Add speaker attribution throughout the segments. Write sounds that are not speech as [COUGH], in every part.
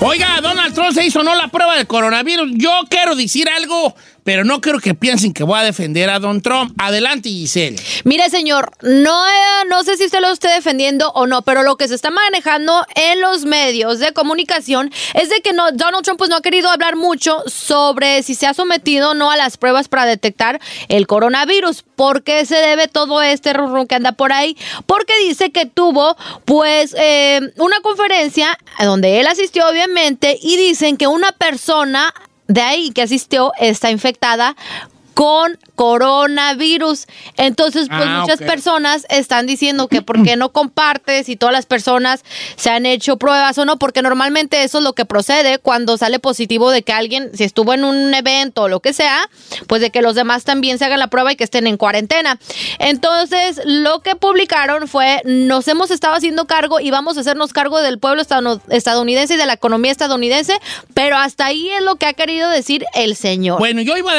Speaker 1: Oiga, Donald Trump se hizo no la prueba del coronavirus. Yo quiero decir algo, pero no quiero que piensen que voy a defender a Don Trump. Adelante, Giselle.
Speaker 2: Mire, señor, no, eh, no sé si usted lo esté defendiendo o no, pero lo que se está manejando en los medios de comunicación es de que no, Donald Trump pues, no ha querido hablar mucho sobre si se ha sometido o no a las pruebas para detectar el coronavirus. ¿Por qué se debe todo este rumrum que anda por ahí? Porque dice que tuvo pues eh, una conferencia a donde él asistió obviamente y dicen que una persona de ahí que asistió está infectada con coronavirus. Entonces, pues
Speaker 1: Ah,
Speaker 2: muchas
Speaker 1: ok.
Speaker 2: personas están diciendo que por qué no compartes y todas las personas se han hecho pruebas o no, porque normalmente eso es lo que procede cuando sale positivo de que alguien, si estuvo en un evento o lo que sea, pues de que los demás también se hagan la prueba y que estén en cuarentena. Entonces, lo que publicaron fue, nos hemos estado haciendo cargo y vamos a hacernos cargo del pueblo estadou- estadounidense y de la economía estadounidense, pero hasta ahí es lo que ha querido decir el señor.
Speaker 1: Bueno, yo iba a,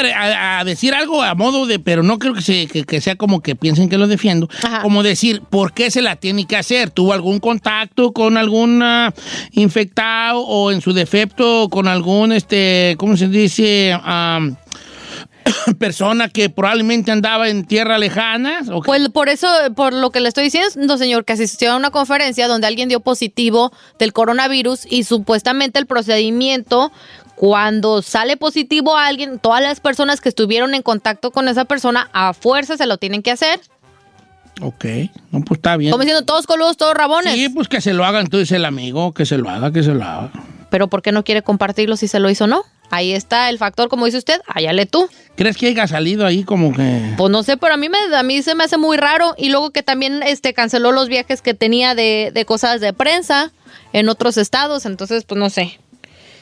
Speaker 1: a- a decir algo a modo de, pero no creo que, se- que- que sea como que piensen que lo defiendo.
Speaker 2: Ajá.
Speaker 1: Como decir, ¿por qué se la tiene que hacer? ¿Tuvo algún contacto con algún ah, infectado o en su defecto con algún, este, ¿cómo se dice? Am, [COUGHS] persona que probablemente andaba en tierra lejana. ¿o qué?
Speaker 2: Pues por eso, por lo que le estoy diciendo, señor, que asistió a una conferencia donde alguien dio positivo del coronavirus y supuestamente el procedimiento, cuando sale positivo a alguien, todas las personas que estuvieron en contacto con esa persona a fuerza se lo tienen que hacer.
Speaker 1: ok, no, pues está bien.
Speaker 2: Como diciendo, todos coludos, todos rabones.
Speaker 1: Sí, pues que se lo haga entonces el amigo, que se lo haga, que se lo haga.
Speaker 2: Pero ¿por qué no quiere compartirlo si se lo hizo o no? Ahí está el factor, como dice usted, le tú.
Speaker 1: ¿Crees que haya salido ahí como que...
Speaker 2: Pues no sé, pero a mí, me, a mí se me hace muy raro. Y luego que también este, canceló los viajes que tenía de, de cosas de prensa en otros estados. Entonces, pues no sé.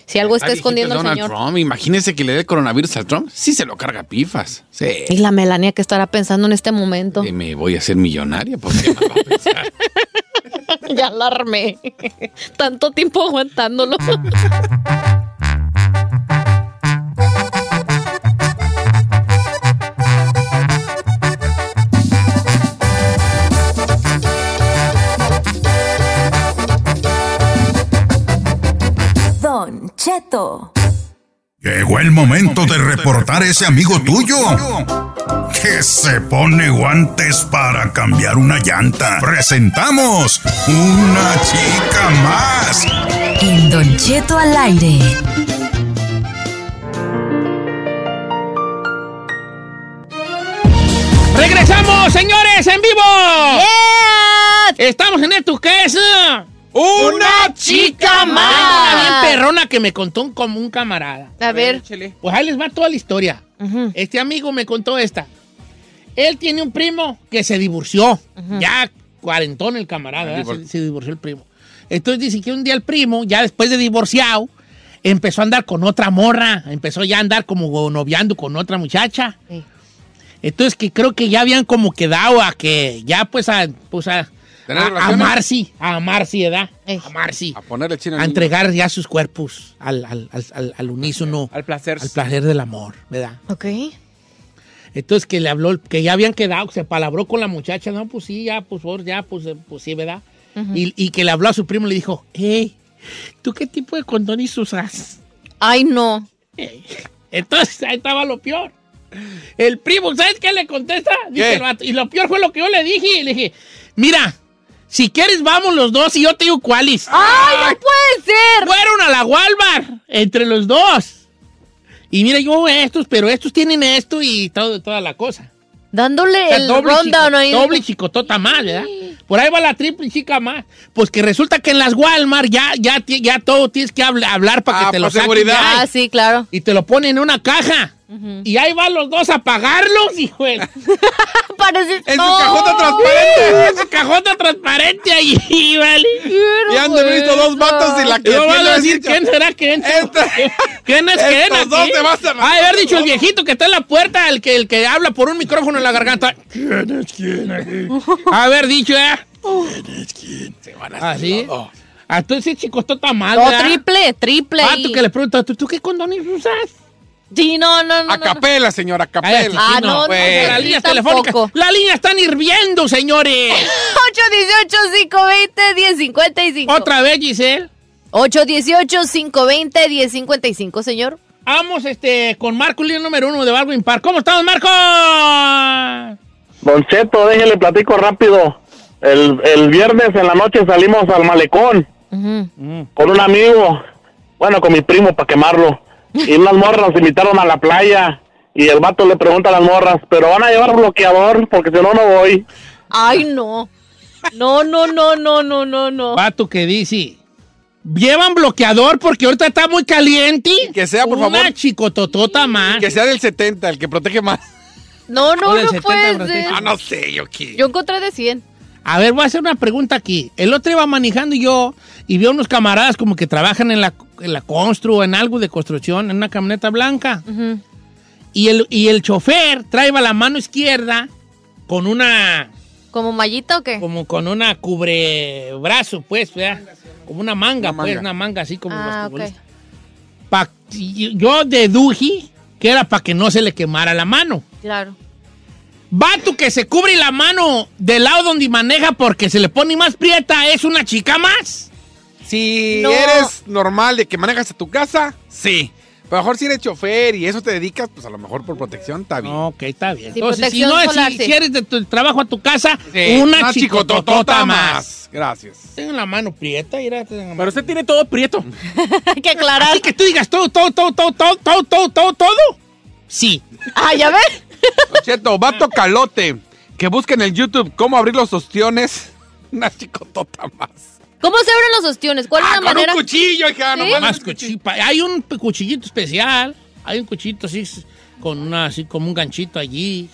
Speaker 2: Si algo está
Speaker 3: Ah, dijiste
Speaker 2: Pues escondiendo el
Speaker 3: Donald
Speaker 2: señor.
Speaker 3: Trump, imagínese que le dé el coronavirus al Trump. Sí se lo carga pifas. Sí.
Speaker 2: Y la Melania que estará pensando en este momento.
Speaker 3: Eh, Me voy a hacer millonaria. ¿por qué más va a pensar?
Speaker 2: [LAUGHS] ya la armé. [LAUGHS] Tanto tiempo aguantándolo. [LAUGHS]
Speaker 4: Don Cheto.
Speaker 5: Llegó el momento de reportar ese amigo tuyo que se pone guantes para cambiar una llanta. Presentamos una chica más.
Speaker 4: En Don Cheto al aire.
Speaker 1: ¡Regresamos, señores, en vivo!
Speaker 2: ¡Yeah!
Speaker 1: Estamos en esto que es... eh, ¡Una chica
Speaker 2: más!
Speaker 1: Una bien perrona que me contó un, como un camarada.
Speaker 2: A ver.
Speaker 1: Pues ahí les va toda la historia.
Speaker 2: Mm.
Speaker 1: Este amigo me contó esta. Él tiene un primo que se divorció. Ya cuarentón el camarada, ¿verdad?
Speaker 3: divor-
Speaker 1: se, se divorció el primo. Entonces dice que un día el primo, ya después de divorciado, empezó a andar con otra morra. Empezó ya a andar como noviando con otra muchacha.
Speaker 2: Sí.
Speaker 1: Entonces que creo que ya habían como quedado a que ya pues a, pues a,
Speaker 3: ¿Tener
Speaker 1: a- a
Speaker 3: relaciones?
Speaker 1: amarse, a amarse, ¿verdad?
Speaker 2: Ey.
Speaker 1: A amarse
Speaker 3: A ponerle chino al
Speaker 1: a
Speaker 3: niño.
Speaker 1: entregar ya sus cuerpos al, al- al- al- al unísono,
Speaker 6: Al placer.
Speaker 1: al placer del amor, ¿verdad?
Speaker 2: Ok.
Speaker 1: Entonces que le habló, el- que ya habían quedado, se palabró con la muchacha, no, pues sí, ya, pues por- ya, pues, eh, pues sí, ¿verdad? y, y que le habló a su primo y le dijo, hey, ¿tú qué tipo de condones usas?
Speaker 2: Ay, no.
Speaker 1: Entonces ahí estaba lo peor. El primo, ¿sabes qué le contesta? Dice
Speaker 3: ¿Qué?
Speaker 1: el vato, Y lo peor fue lo que yo le dije. Le dije, mira, si quieres vamos los dos y yo te digo cuáles. Ah,
Speaker 2: ¡Ay, no puede ser!
Speaker 1: Fueron a la Walmart entre los dos. Y mira, yo estos, pero estos tienen esto y todo, toda la cosa. O
Speaker 2: Dándole
Speaker 1: sea,
Speaker 2: el
Speaker 1: doble
Speaker 2: rundown
Speaker 1: chico-
Speaker 2: ahí.
Speaker 1: Doble chicotota más, ¿verdad? Por ahí va la triple chica más. Pues que resulta que en las Walmart ya, ya, ti- ya todo tienes que habl- hablar para que
Speaker 3: Ah,
Speaker 1: te
Speaker 3: por
Speaker 1: lo saquen.
Speaker 3: seguridad.
Speaker 1: de ahí.
Speaker 2: Ah, sí, claro.
Speaker 1: Y te lo ponen en una caja. Y ahí van los dos a pagarlos, hijo.
Speaker 2: [LAUGHS]
Speaker 1: de-
Speaker 2: [LAUGHS] Parece...
Speaker 3: ¡En su
Speaker 2: ¡No!
Speaker 3: cajota transparente!
Speaker 1: Esa cajota transparente ahí, [LAUGHS] vale.
Speaker 3: Y han de haber visto dos vatos y la que
Speaker 1: Yo
Speaker 3: tiene
Speaker 1: voy a
Speaker 3: haber
Speaker 1: decir
Speaker 3: dicho,
Speaker 1: quién será quién.
Speaker 3: Esta-
Speaker 1: [LAUGHS] ¿Quién es quién?
Speaker 3: Estos dos
Speaker 1: aquí?
Speaker 3: te vas a matar.
Speaker 1: Ha de haber dicho el viejito que está en la puerta, el que, el que habla por un micrófono en la
Speaker 3: [LAUGHS]
Speaker 1: garganta. ¿Quién es quién aquí? Ha de haber dicho, ¿eh?
Speaker 3: se van a hacer
Speaker 1: Así.
Speaker 3: todo.
Speaker 1: Ah, Entonces, chico, esto está mal.
Speaker 2: No,
Speaker 1: ¿verdad?
Speaker 2: triple, triple.
Speaker 1: Ah,
Speaker 2: y-
Speaker 1: tú que le preguntas, ¿tú, tú qué condones usas?
Speaker 2: Sí, no, no, no. no,
Speaker 3: A
Speaker 2: no.
Speaker 3: capela, señora, a
Speaker 1: Ay,
Speaker 3: capela.
Speaker 2: Ah,
Speaker 1: chiquino,
Speaker 2: no, no,
Speaker 1: pues.
Speaker 2: no,
Speaker 1: Las
Speaker 2: sí,
Speaker 1: líneas
Speaker 2: tampoco.
Speaker 1: telefónicas. Las líneas están hirviendo, señores.
Speaker 2: [LAUGHS] 818-520-1055.
Speaker 1: Otra vez, Giselle.
Speaker 2: 818-520-1055, señor.
Speaker 1: Vamos este, con Marco, líder número uno de Valgo Impar. ¿Cómo estamos, Marco?
Speaker 7: Don Cheto, déjele platico rápido. El, el viernes en la noche salimos al malecón
Speaker 3: Mm.
Speaker 7: con un amigo, bueno, con mi primo para quemarlo. Y unas morras nos invitaron a la playa y el vato le pregunta a las morras, pero van a llevar bloqueador porque si no, no voy.
Speaker 2: Ay, no. No, no, no, no, no, no, no.
Speaker 1: Pato que dice. Llevan bloqueador porque ahorita está muy caliente.
Speaker 3: que sea, por
Speaker 1: Una
Speaker 3: favor.
Speaker 1: chicototota más.
Speaker 3: Que sea del 70, el que protege más. [LAUGHS]
Speaker 2: No, no,
Speaker 1: Ponle el
Speaker 2: no
Speaker 1: 70
Speaker 2: puede
Speaker 1: para ti.
Speaker 2: ser.
Speaker 3: Ah, no sé, yo qué.
Speaker 2: Yo encontré de 100.
Speaker 1: A ver, voy a hacer una pregunta aquí. El otro iba manejando yo y vi a unos camaradas como que trabajan en la, en la constru o en algo de construcción, en una camioneta blanca. y, el, y el chofer trae la mano izquierda con una
Speaker 2: ¿Como mallita o qué?
Speaker 1: como con una cubrebrazo, pues, ¿verdad? como una manga,
Speaker 3: Una
Speaker 1: pues,
Speaker 3: manga.
Speaker 1: una manga así como los
Speaker 2: ah, ok.
Speaker 1: futbolistas. Pa- yo deduje que era para que no se le quemara la mano.
Speaker 2: Claro.
Speaker 1: Vato que se cubre la mano del lado donde maneja porque se le pone más prieta, es una chica más.
Speaker 3: Si
Speaker 2: No.
Speaker 3: eres normal de que manejas a tu casa, sí. Pero mejor si eres chofer y eso te dedicas, pues a lo mejor por protección está bien.
Speaker 1: Ok, está bien.
Speaker 2: Sí,
Speaker 1: Entonces, si
Speaker 2: protección
Speaker 1: no es
Speaker 2: solar,
Speaker 1: si,
Speaker 2: sí.
Speaker 1: si eres de tu trabajo a tu casa,
Speaker 3: Sí,
Speaker 1: una, chicototota más.
Speaker 3: Gracias.
Speaker 1: Tengo la mano prieta, mira, tengo la mano.
Speaker 6: Pero usted tiene todo prieto.
Speaker 2: [LAUGHS] Hay que aclarar.
Speaker 1: Así que tú digas todo, todo, todo, todo, todo, todo, todo, todo, todo. Sí.
Speaker 2: Ah, ya ves.
Speaker 3: Don Cheto, vato calote. Que busquen en YouTube cómo abrir los ostiones. [LAUGHS] Una chicotota más.
Speaker 2: ¿Cómo se abren los ostiones? ¿Cuál es
Speaker 3: Ah,
Speaker 2: la
Speaker 3: con
Speaker 2: manera?
Speaker 3: un cuchillo, hija.
Speaker 2: Sí.
Speaker 3: nomás.
Speaker 1: Más cuchipa. Hay un pe- cuchillito especial. Hay un cuchillito así, s- con una, así como un ganchito allí.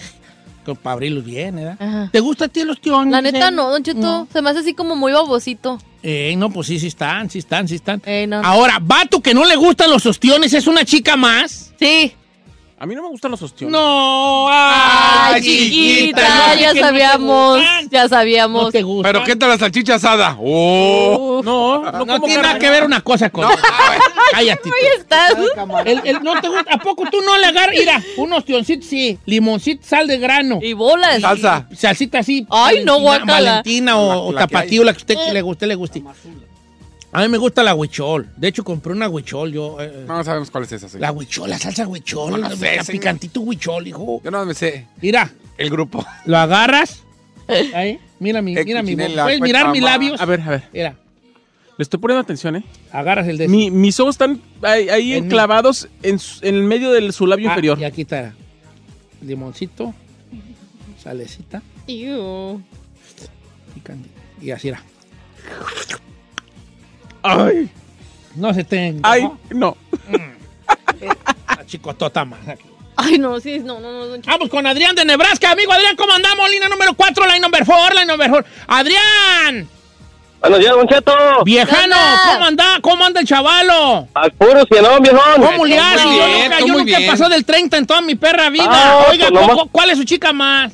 Speaker 1: con- Para abrirlos bien, ¿verdad?
Speaker 2: Ajá.
Speaker 1: ¿Te gusta a ti los tiones?
Speaker 2: La neta no, Don Cheto. Se me hace así como muy babosito.
Speaker 1: Eh, no, pues sí, sí están, sí están, sí están.
Speaker 2: Eh, no.
Speaker 1: Ahora, vato que no le gustan los ostiones, ¿es una chica más?
Speaker 2: Sí.
Speaker 6: A mí no me gustan los ostiones.
Speaker 1: No,
Speaker 3: Ay,
Speaker 1: ay, chiquita.
Speaker 3: chiquita,
Speaker 1: yo
Speaker 2: ya
Speaker 1: sé que no te
Speaker 2: sabíamos.
Speaker 1: gustan.
Speaker 2: Ya
Speaker 1: No
Speaker 2: sabíamos.
Speaker 1: te gustan.
Speaker 3: Pero ¿qué tal la salchicha asada? ¡Oh!
Speaker 6: No, no,
Speaker 1: No
Speaker 6: como
Speaker 1: tiene nada
Speaker 6: carne.
Speaker 1: que ver una cosa con otra. Cállate. tú.
Speaker 2: ¿Estás?
Speaker 1: El- el- no te gusta. ¿A poco tú no le agarras? Mira, un ostioncito sí, limoncito, sal de grano.
Speaker 2: Y bolas.
Speaker 3: Salsa.
Speaker 1: salsita así.
Speaker 2: Ay, no,
Speaker 1: Valentina,
Speaker 2: guácala. Eh.
Speaker 1: Valentina o, o
Speaker 3: La- la que
Speaker 1: tapatío, la que usted que le guste, le guste. A mí me gusta la huichol. De hecho, compré una huichol yo. eh, eh,
Speaker 3: No sabemos cuál es esa, señor.
Speaker 1: la huichol, la salsa huichol.
Speaker 3: No
Speaker 1: la
Speaker 3: sé,
Speaker 1: la
Speaker 3: señor.
Speaker 1: picantito huichol, hijo.
Speaker 3: Yo no me sé
Speaker 1: Mira,
Speaker 3: el grupo.
Speaker 1: lo agarras.
Speaker 2: Eh.
Speaker 1: Ahí, mira mi,
Speaker 3: Qué
Speaker 1: mira mi
Speaker 3: cochinela,
Speaker 1: boca. Puedes mirar
Speaker 3: cuéntame.
Speaker 1: mis labios.
Speaker 6: A ver, a ver.
Speaker 1: Mira,
Speaker 6: Le estoy poniendo atención, ¿eh?
Speaker 1: agarras el de este.
Speaker 6: Mi- mis ojos están ahí, ahí
Speaker 1: En mí.
Speaker 6: clavados en, su- en el medio de su labio
Speaker 1: Ah,
Speaker 6: inferior.
Speaker 1: Y aquí está. Limoncito, salecita,
Speaker 2: Ew.
Speaker 1: picante. Y así era.
Speaker 6: Ay.
Speaker 1: No se te...
Speaker 6: Ay, no.
Speaker 1: La chicotota más.
Speaker 2: Ay, no, sí, no, no, no. don Cheto.
Speaker 1: Vamos con Adrián de Nebraska, amigo Adrián, ¿cómo andamos? Línea número 4, line number 4, line number 4. Adrián,
Speaker 7: Buenos días, Don Cheto.
Speaker 1: viejano, ¿cómo anda? ¿Cómo anda el chavalo?
Speaker 7: Al puro cienón, viejón.
Speaker 1: ¿Cómo le hace?
Speaker 3: muy
Speaker 1: Yo
Speaker 3: bien,
Speaker 1: nunca,
Speaker 3: tú
Speaker 1: yo
Speaker 3: muy
Speaker 1: nunca he
Speaker 3: bien.
Speaker 1: pasado del 30 en toda mi perra vida.
Speaker 7: Ah,
Speaker 1: Oiga,
Speaker 7: pues nomás-
Speaker 1: ¿cu- ¿cuál es su chica más?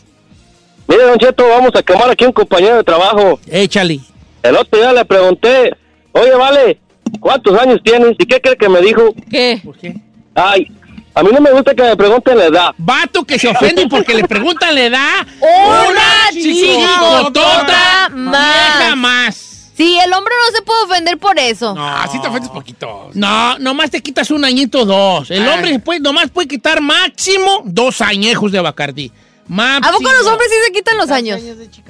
Speaker 7: Mire, Don Cheto, vamos a quemar aquí a un compañero de trabajo.
Speaker 1: Échale.
Speaker 7: El otro día le pregunté, oye, vale, ¿cuántos años tienes? ¿Y qué cree que me dijo?
Speaker 2: ¿Qué?
Speaker 1: ¿Por qué?
Speaker 7: Ay, a mí no me gusta que me pregunten la edad.
Speaker 1: Vato que se
Speaker 2: [LAUGHS]
Speaker 1: ofende porque le preguntan le da
Speaker 2: Una
Speaker 1: chicotota
Speaker 2: chicotota más.
Speaker 1: vieja más.
Speaker 2: Sí, el hombre no se puede ofender por eso.
Speaker 3: Así te ofendes poquito.
Speaker 1: No, nomás te quitas un añito o dos. El
Speaker 2: Ah.
Speaker 3: Ay.
Speaker 1: hombre pues, nomás puede quitar máximo dos añejos de Bacardí. Máximo.
Speaker 2: ¿A poco los hombres sí se quitan los años?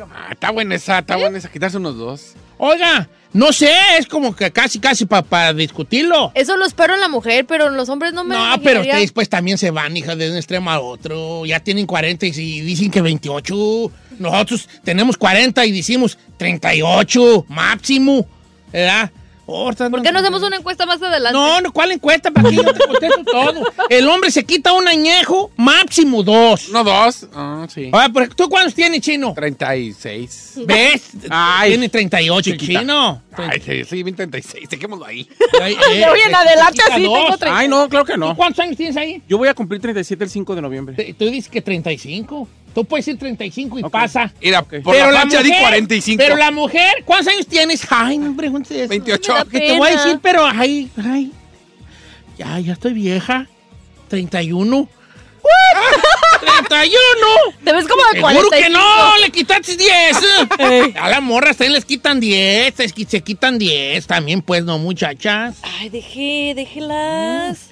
Speaker 3: Ah, está buena esa, está buena esa. Quitarse unos dos.
Speaker 1: Oiga, no sé, es como que casi, casi para discutirlo.
Speaker 2: Eso lo espero en la mujer, pero en los hombres no me
Speaker 1: No,
Speaker 2: imaginaría.
Speaker 1: pero ustedes pues también se van, hija, de un extremo a otro. Ya tienen 40 y si dicen que 28. Nosotros tenemos 40 y decimos 38, máximo. ¿Verdad?
Speaker 2: ¿Por qué no hacemos una encuesta más adelante?
Speaker 1: No, no, ¿cuál encuesta? ¿Para qué yo te contesto todo?
Speaker 2: [LAUGHS]
Speaker 1: El hombre se quita un añejo, máximo dos.
Speaker 3: No, dos. Ah, sí.
Speaker 1: Ahora, por ej- ¿tú cuántos tienes, chino?
Speaker 3: 36.
Speaker 1: ¿Ves?
Speaker 3: Ay,
Speaker 1: Tiene 38 el
Speaker 3: chiquita.
Speaker 1: chino.
Speaker 3: Ay, sí, sí, bien 36. Dejémoslo ahí.
Speaker 1: De
Speaker 2: hoy en adelante sí tengo
Speaker 6: Ay, no, claro que
Speaker 1: ¿Tú
Speaker 6: no.
Speaker 1: cuántos años tienes ahí?
Speaker 6: Yo voy a cumplir 37 el 5 de noviembre.
Speaker 1: Te- Tú dices que 35. Tú puedes ir 35 y
Speaker 6: Ok.
Speaker 1: pasa.
Speaker 3: Mira, por la pancha di 45.
Speaker 1: Pero la mujer, ¿cuántos años tienes? Ay, no me preguntes eso.
Speaker 3: 28.
Speaker 2: Me da
Speaker 1: Que te voy a
Speaker 2: pena.
Speaker 1: decir, pero ay, ay. Ya, ya estoy vieja. 31. ¡31!
Speaker 2: [LAUGHS] Te ves como de
Speaker 1: ¡Seguro
Speaker 2: 45.
Speaker 1: que no! ¡Le quitaste 10! A las morras también les quitan 10. Se se quitan 10 también, pues, no, muchachas.
Speaker 2: Ay, dejé, déjelas.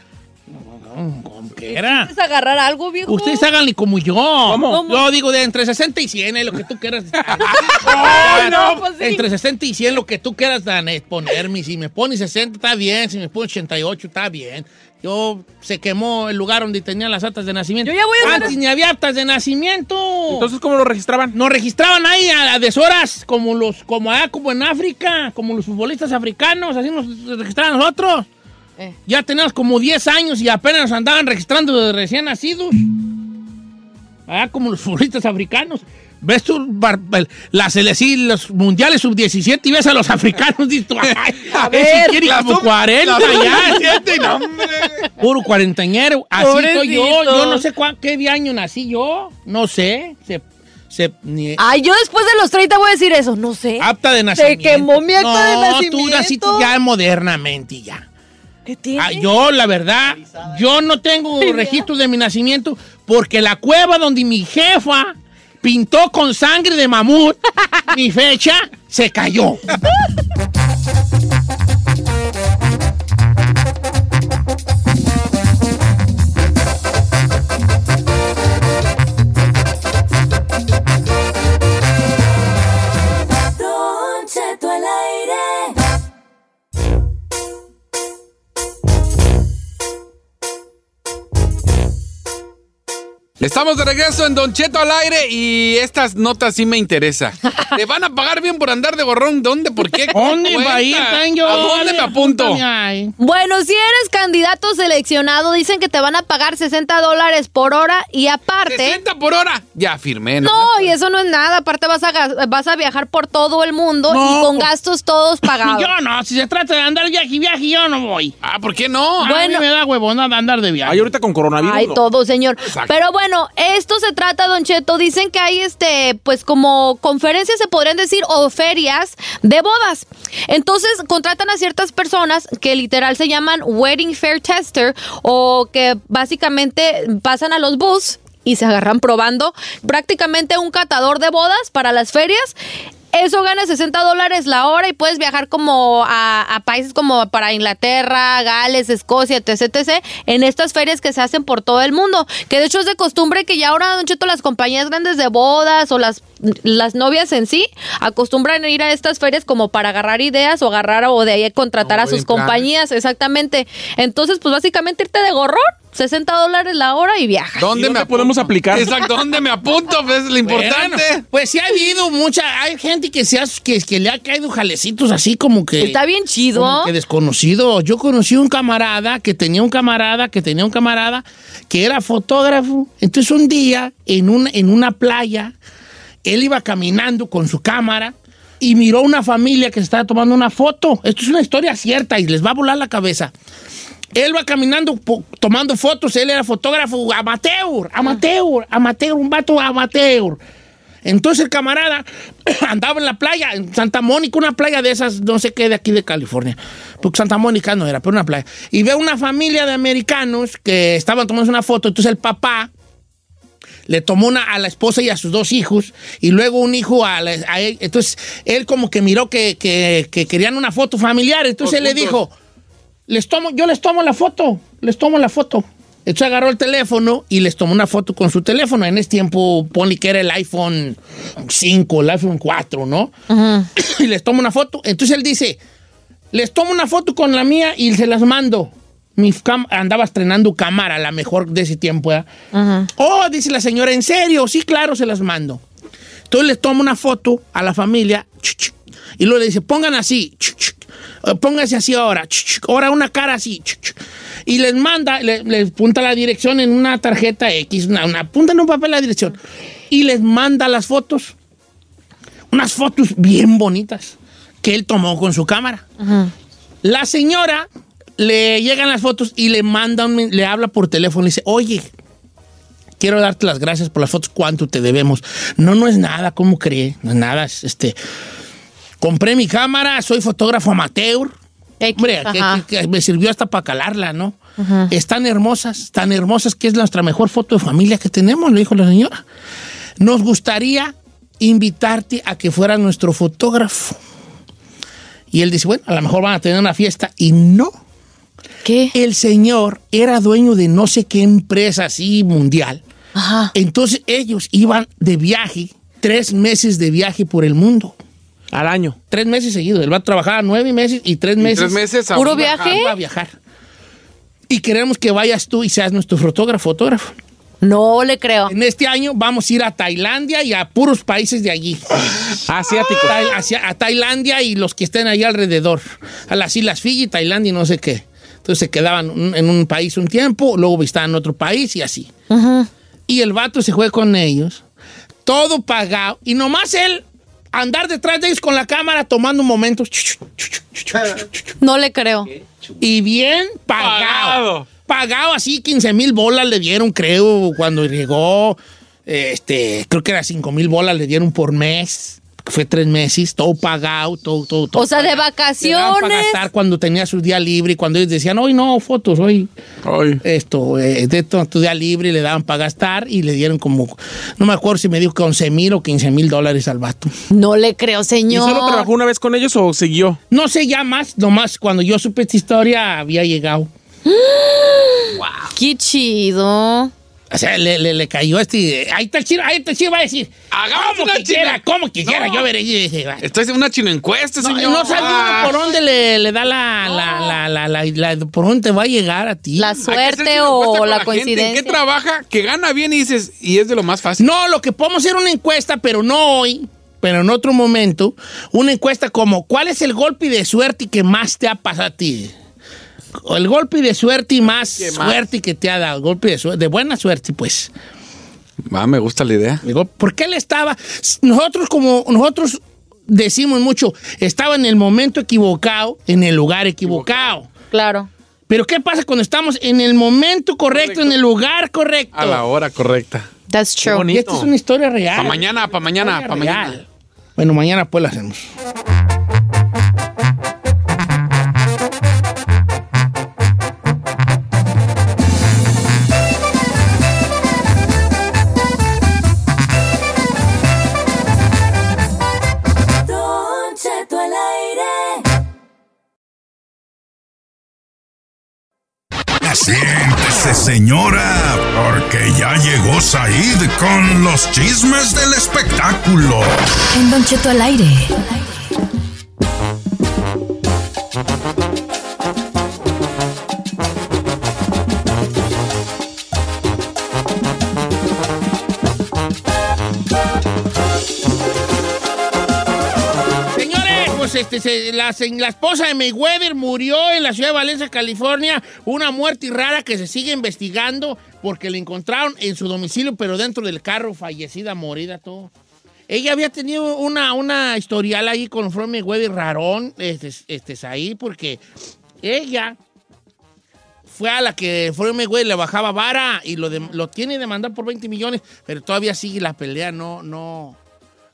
Speaker 1: Mm, Como quiera.
Speaker 2: ¿Quieres agarrar algo, viejo?
Speaker 1: Ustedes háganle como yo.
Speaker 6: ¿Cómo?
Speaker 1: Yo digo de entre 60 y 100, eh, lo que tú quieras.
Speaker 2: [LAUGHS] Ay, no, pues sí.
Speaker 1: Entre 60 y 100, lo que tú quieras dan, eh, ponerme. Si me pones 60, está bien. Si me pones 88, está bien. Yo se quemó el lugar donde tenían las actas de nacimiento.
Speaker 2: Yo ya voy a hacer-
Speaker 1: Antes ni había actas de nacimiento.
Speaker 6: Entonces, ¿cómo lo registraban?
Speaker 1: Nos registraban ahí a, a deshoras, como los, como allá, como en África, como los futbolistas africanos, así nos registraban nosotros.
Speaker 2: Eh.
Speaker 1: Ya teníamos como 10 años y apenas nos andaban registrando de recién nacidos. Allá como los futbolistas africanos. Ves tú bar- el- la sele- los mundiales sub-17 y ves a los [LAUGHS] africanos, dices tú, ay, ese quiere
Speaker 3: Las
Speaker 1: como
Speaker 3: sub-
Speaker 1: 40
Speaker 3: las
Speaker 1: ya.
Speaker 3: 37, no, hombre.
Speaker 1: Puro cuarentañero. Así estoy yo.
Speaker 2: Pobrecito.
Speaker 1: Yo no sé cuán- qué año nací yo. No sé. Se, se, ni-
Speaker 2: Ay, yo después de los 30 voy a decir eso. No sé.
Speaker 1: Apta de nacimiento.
Speaker 2: quemó mi acta de
Speaker 1: No, tú
Speaker 2: nacimiento.
Speaker 1: naciste ya modernamente y ya.
Speaker 2: ¿Qué tiene?
Speaker 1: Ah, yo, la verdad, yo no tengo registro de mi nacimiento porque la cueva donde mi jefa pintó con sangre de
Speaker 2: [LAUGHS]
Speaker 1: mamut mi fecha se cayó.
Speaker 4: Don Cheto al aire.
Speaker 3: Estamos de regreso en Don Cheto al aire y estas notas sí me [LAUGHS] interesan. ¿Te van a pagar bien por andar de gorrón? ¿Dónde? ¿Por qué?
Speaker 1: ¿Dónde
Speaker 3: Cuenta.
Speaker 1: va a ir, tan yo?
Speaker 3: ¿A dónde me apunto?
Speaker 1: Apúntame ahí.
Speaker 2: Bueno, si eres candidato seleccionado, dicen que te van a pagar 60 dólares por hora y aparte...
Speaker 3: 60 por hora. Ya firmé.
Speaker 2: No, y eso no es nada. Aparte vas a, gas- vas a viajar por todo el mundo
Speaker 1: No.
Speaker 2: y con gastos todos pagados.
Speaker 1: Yo no, si se trata de andar viaje y viaje, yo no voy.
Speaker 3: Ah, ¿por qué no?
Speaker 1: A mí me da huevonada andar de viaje.
Speaker 6: Ay, ahorita con coronavirus.
Speaker 2: Ay,
Speaker 6: no.
Speaker 2: todo, señor.
Speaker 3: Exacto.
Speaker 2: Pero bueno, esto se trata, Don Cheto. Dicen que hay, este, pues como conferencias, se podrían decir, o ferias de bodas. Entonces, contratan a ciertas personas que literal se llaman wedding fair tester o que básicamente pasan a los bus y se agarran probando prácticamente un catador de bodas para las ferias. Eso gana 60 dólares la hora y puedes viajar como a, a países como para Inglaterra, Gales, Escocia, etc, etc. En estas ferias que se hacen por todo el mundo. Que de hecho es de costumbre que ya ahora, Don Cheto, las compañías grandes de bodas o las, las novias en sí acostumbran a ir a estas ferias como para agarrar ideas o agarrar o de ahí contratar a
Speaker 3: Como
Speaker 2: sus
Speaker 3: wedding planners.
Speaker 2: compañías. Exactamente. Entonces, pues básicamente irte de gorrón 60 dólares la hora y viajas.
Speaker 3: ¿Dónde me podemos
Speaker 6: aplicar?
Speaker 3: Exacto, ¿dónde me apunto? Pues, es lo importante.
Speaker 1: Bueno, pues sí ha habido mucha, hay gente que se ha- que, que le ha caído jalecitos así como que.
Speaker 2: Está bien chido.
Speaker 1: como que desconocido. Yo conocí un camarada que tenía un camarada, que tenía un camarada, que era fotógrafo. Entonces un día, en, un, en una playa, él iba caminando con su cámara y miró una familia que se estaba tomando una foto. Esto es una historia cierta y les va a volar la cabeza. Él va caminando po- tomando fotos, él era fotógrafo amateur, amateur, amateur, un vato amateur. Entonces el camarada [CLEARS THROAT] andaba en la playa, en Santa Mónica, una playa de esas, no sé qué, de aquí de California. Porque Santa Mónica no era, pero una playa. Y ve una familia de americanos que estaban tomando una foto. Entonces el papá le tomó una a la esposa y a sus dos hijos. Y luego un hijo a, la- a él. Entonces él como que miró que, que- que querían una foto familiar. Entonces
Speaker 3: Todos
Speaker 1: él le
Speaker 3: juntos.
Speaker 1: dijo, les tomo, yo les tomo la foto, les tomo la foto. Entonces agarró el teléfono y les tomó una foto con su teléfono. En ese tiempo, ponle que era el iPhone 5, el iPhone 4, ¿no? Y les toma una foto. Entonces él dice, les tomo una foto con la mía y se las mando. Mi cam- andaba estrenando cámara, la mejor de ese tiempo. ¿verdad? Oh, dice la señora, ¿en serio? Sí, claro, se las mando. Entonces les toma una foto a la familia chuc, chuc, y luego le dice, pongan así, chuc, chuc, eh, pónganse así ahora, chuc, chuc, ahora una cara así. chuc, chuc. Y les manda, le- les apunta la dirección en una tarjeta X, una, una- apunta en un papel la dirección y les manda las fotos. Unas fotos bien bonitas que él tomó con su cámara. La señora le llegan las fotos y le manda, un men- le habla por teléfono y dice, oye, quiero darte las gracias por las fotos, cuánto te debemos. No, no es nada, ¿cómo cree? No es nada, es, este... Compré mi cámara, soy fotógrafo amateur.
Speaker 2: X,
Speaker 1: Hombre, que-
Speaker 2: ajá.
Speaker 1: que- que me sirvió hasta para calarla, ¿no?
Speaker 2: Ajá.
Speaker 1: Están hermosas, tan hermosas que es nuestra mejor foto de familia que tenemos, le dijo la señora. Nos gustaría invitarte a que fuera nuestro fotógrafo. Y él dice, bueno, a lo mejor van a tener una fiesta. Y no.
Speaker 2: ¿Qué?
Speaker 1: El señor era dueño de no sé qué empresa así mundial.
Speaker 2: Ajá.
Speaker 1: Entonces ellos iban de viaje, tres meses de viaje por el mundo.
Speaker 6: Al año.
Speaker 1: Tres meses seguidos. Él va a trabajar nueve meses y tres meses.
Speaker 3: tres meses a
Speaker 2: ¿Puro
Speaker 3: viajar.
Speaker 2: viaje?
Speaker 1: Va a viajar. Y queremos que vayas tú y seas nuestro fotógrafo. fotógrafo.
Speaker 2: No le creo.
Speaker 1: En este año vamos a ir a Tailandia y a puros países de allí.
Speaker 6: Asiático.
Speaker 1: Tai- hacia- a Tailandia y los que estén ahí alrededor, a las Islas Fiji, Tailandia y no sé qué. Entonces se quedaban un- en un país un tiempo, luego visitaban otro país y así. Y el vato se fue con ellos, todo pagado, y nomás él andar detrás de ellos con la cámara tomando momentos.
Speaker 2: No le creo.
Speaker 1: Y bien pagado. Pagado, así, 15 mil bolas le dieron, creo, cuando llegó. Este, creo que era 5 mil bolas le dieron por mes. porque Fue tres meses, todo pagado, todo, todo, todo.
Speaker 2: O sea, de
Speaker 1: pagado. Te daban para
Speaker 2: vacaciones.
Speaker 1: gastar cuando tenía su día libre, cuando ellos decían, hoy no, fotos, hoy
Speaker 3: Ay.
Speaker 1: esto, eh, de esto, tu día libre, le daban para gastar y le dieron como, no me acuerdo si me dijo que 11 mil o 15 mil dólares al vato.
Speaker 2: No le creo,
Speaker 6: ¿Y
Speaker 2: señor.
Speaker 6: solo trabajó una vez con ellos o siguió?
Speaker 1: No sé ya más, nomás cuando yo supe esta historia había llegado.
Speaker 2: Qué chido.
Speaker 1: O sea, le, le, le cayó este. Ahí está el chino, ahí está el chino, va a decir.
Speaker 3: Hagamos
Speaker 1: como
Speaker 3: una
Speaker 1: quiera,
Speaker 3: chino-
Speaker 1: como quiera,
Speaker 3: No.
Speaker 1: yo veré. y dije, va.
Speaker 3: Estoy haciendo una chino encuesta,
Speaker 1: No,
Speaker 3: señor. Ah,
Speaker 1: no sabe uno por dónde le, le da la, la, la, la, la- la- por dónde te va a llegar a ti.
Speaker 2: La
Speaker 3: Hay que hacer
Speaker 2: suerte
Speaker 3: chino encuesta
Speaker 2: o
Speaker 3: con
Speaker 2: la,
Speaker 3: gente.
Speaker 2: coincidencia.
Speaker 3: ¿En qué trabaja? Que gana bien y dices, y es de lo más fácil.
Speaker 1: No, lo que podemos hacer una encuesta, pero no hoy, pero en otro momento, una encuesta como ¿cuál es el golpe de suerte que más te ha pasado a ti? O el golpe de suerte y más,
Speaker 3: más?
Speaker 1: suerte que te ha dado, golpe de suerte, de buena suerte, pues.
Speaker 3: Ah, me gusta la idea.
Speaker 1: Digo, ¿por qué él estaba? Nosotros como nosotros decimos mucho, estaba en el momento equivocado, en el lugar equivocado.
Speaker 2: Claro.
Speaker 1: Pero ¿qué pasa cuando estamos en el momento correcto, en el lugar correcto?
Speaker 3: A la hora correcta.
Speaker 2: That's true.
Speaker 1: y esta es una historia real.
Speaker 6: Ah.
Speaker 3: Pa' mañana, pa' mañana,
Speaker 1: Historia
Speaker 3: pa' mañana.
Speaker 1: real. Bueno, mañana pues la hacemos.
Speaker 4: Don Cheto al aire.
Speaker 5: Siéntese, señora, porque ya llegó Said con los chismes del espectáculo.
Speaker 8: En Don Cheto al aire.
Speaker 3: este, se- la, se- la esposa de Mayweather murió en la ciudad de Valencia, California, una muerte rara que se sigue investigando porque la encontraron en su domicilio, pero dentro del carro, fallecida, morida, todo. Ella había tenido una, una historial ahí con Floyd Mayweather rarón, este, este, es ahí, porque ella fue a la que Floyd Mayweather le bajaba vara y lo, dem- lo tiene demandado por 20 millones, pero todavía sigue la pelea, no, no,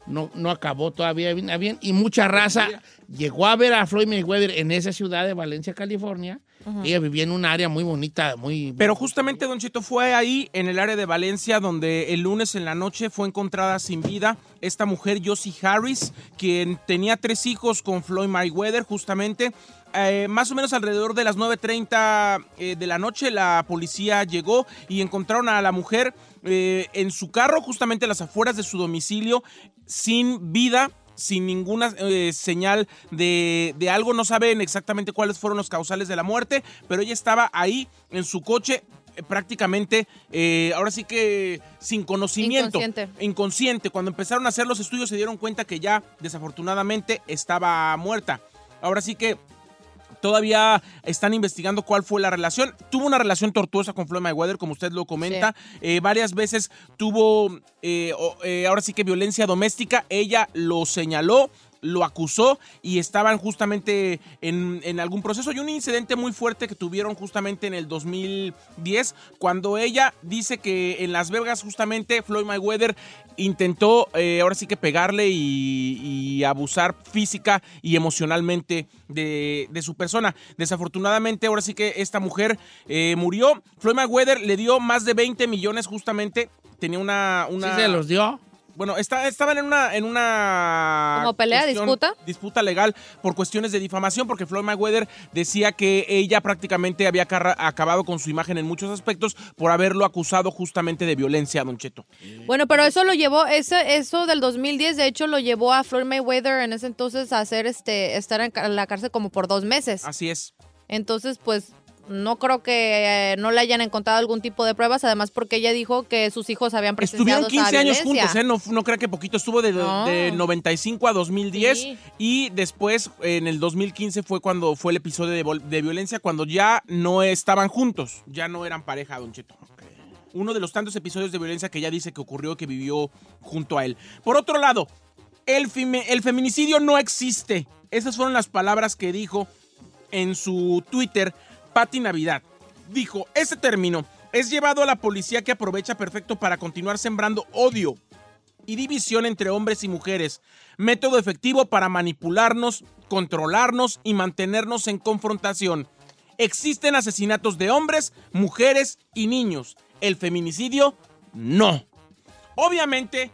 Speaker 3: no, no acabó todavía bien, ah, bien. Y mucha raza llegó a ver a Floyd Mayweather en esa ciudad de Valencia, California.
Speaker 1: Ujú.
Speaker 3: Ella vivía en un área muy bonita, muy...
Speaker 1: Pero justamente Don Chito fue ahí, en el área de Valencia, donde el lunes en la noche fue encontrada sin vida esta mujer, Josie Harris, quien tenía tres hijos con Floyd Mayweather, justamente. Eh, más o menos alrededor de las 9.30 eh, de la noche, la policía llegó y encontraron a la mujer eh, en su carro, justamente a las afueras de su domicilio, sin vida sin ninguna eh, señal de, de algo. No saben exactamente cuáles fueron los causales de la muerte, pero ella estaba ahí en su coche eh, prácticamente, eh, ahora sí que sin conocimiento,
Speaker 2: Inconsciente.
Speaker 1: inconsciente. Cuando empezaron a hacer los estudios se dieron cuenta que ya desafortunadamente estaba muerta. Ahora sí que Todavía están investigando cuál fue la relación. Tuvo una relación tortuosa con Floyd Mayweather, como usted lo comenta. Eh, varias veces tuvo, eh, o- eh, ahora sí que violencia doméstica. Ella lo señaló, lo acusó y estaban justamente en, en algún proceso. Y un incidente muy fuerte que tuvieron justamente en el 2010, cuando ella dice que en Las Vegas justamente Floyd Mayweather intentó, eh, ahora sí que pegarle y, y abusar física y emocionalmente de, de su persona. Desafortunadamente, ahora sí que esta mujer eh, murió. Floyd Mayweather le dio más de 20 millones justamente. Tenía una... una
Speaker 3: ¿Sí se los dio?
Speaker 1: Bueno, está- estaban en una... En una
Speaker 2: ¿Como pelea, disputa?
Speaker 1: Disputa legal por cuestiones de difamación, porque Floyd Mayweather decía que ella prácticamente había carra- acabado con su imagen en muchos aspectos por haberlo acusado justamente de violencia, Don Cheto.
Speaker 2: Bueno, pero eso lo llevó, ese, eso del 2010, de hecho, lo llevó a Floyd Mayweather en ese entonces a hacer este, estar en ca- la cárcel como por dos meses.
Speaker 1: Así es.
Speaker 2: Entonces, pues, no creo que eh, no le hayan encontrado algún tipo de pruebas, además porque ella dijo que sus hijos habían presenciado
Speaker 1: Estuvieron
Speaker 2: esa
Speaker 1: 15 años
Speaker 2: violencia.
Speaker 1: juntos, ¿eh? No, no crea que poquito. Estuvo de,
Speaker 2: No.
Speaker 1: de 95 a 2010
Speaker 2: Sí.
Speaker 1: y después en el 2015 fue cuando fue el episodio de, vol- de violencia, cuando ya no estaban juntos, ya no eran pareja, Don Cheto. Uno de los tantos episodios de violencia que ella dice que ocurrió, que vivió junto a él. Por otro lado, el, fime- el feminicidio no existe. Esas fueron las palabras que dijo en su Twitter Patti Navidad. Dijo, este término es llevado a la policía que aprovecha perfecto para continuar sembrando odio y división entre hombres y mujeres, método efectivo para manipularnos, controlarnos y mantenernos en confrontación. Existen asesinatos de hombres, mujeres y niños. El feminicidio, no. Obviamente,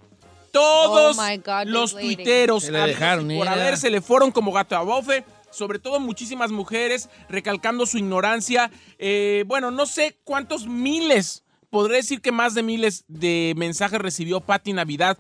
Speaker 1: todos
Speaker 2: Oh my God, this
Speaker 1: los
Speaker 2: lady.
Speaker 1: tuiteros
Speaker 3: Se la
Speaker 1: habidos y
Speaker 3: dejaron ir,
Speaker 1: por
Speaker 3: ¿verdad?
Speaker 1: haber se le fueron como gato a bofe. Sobre todo muchísimas mujeres recalcando su ignorancia. Eh, bueno, no sé cuántos miles, podré decir que más de miles de mensajes recibió Patti Navidad,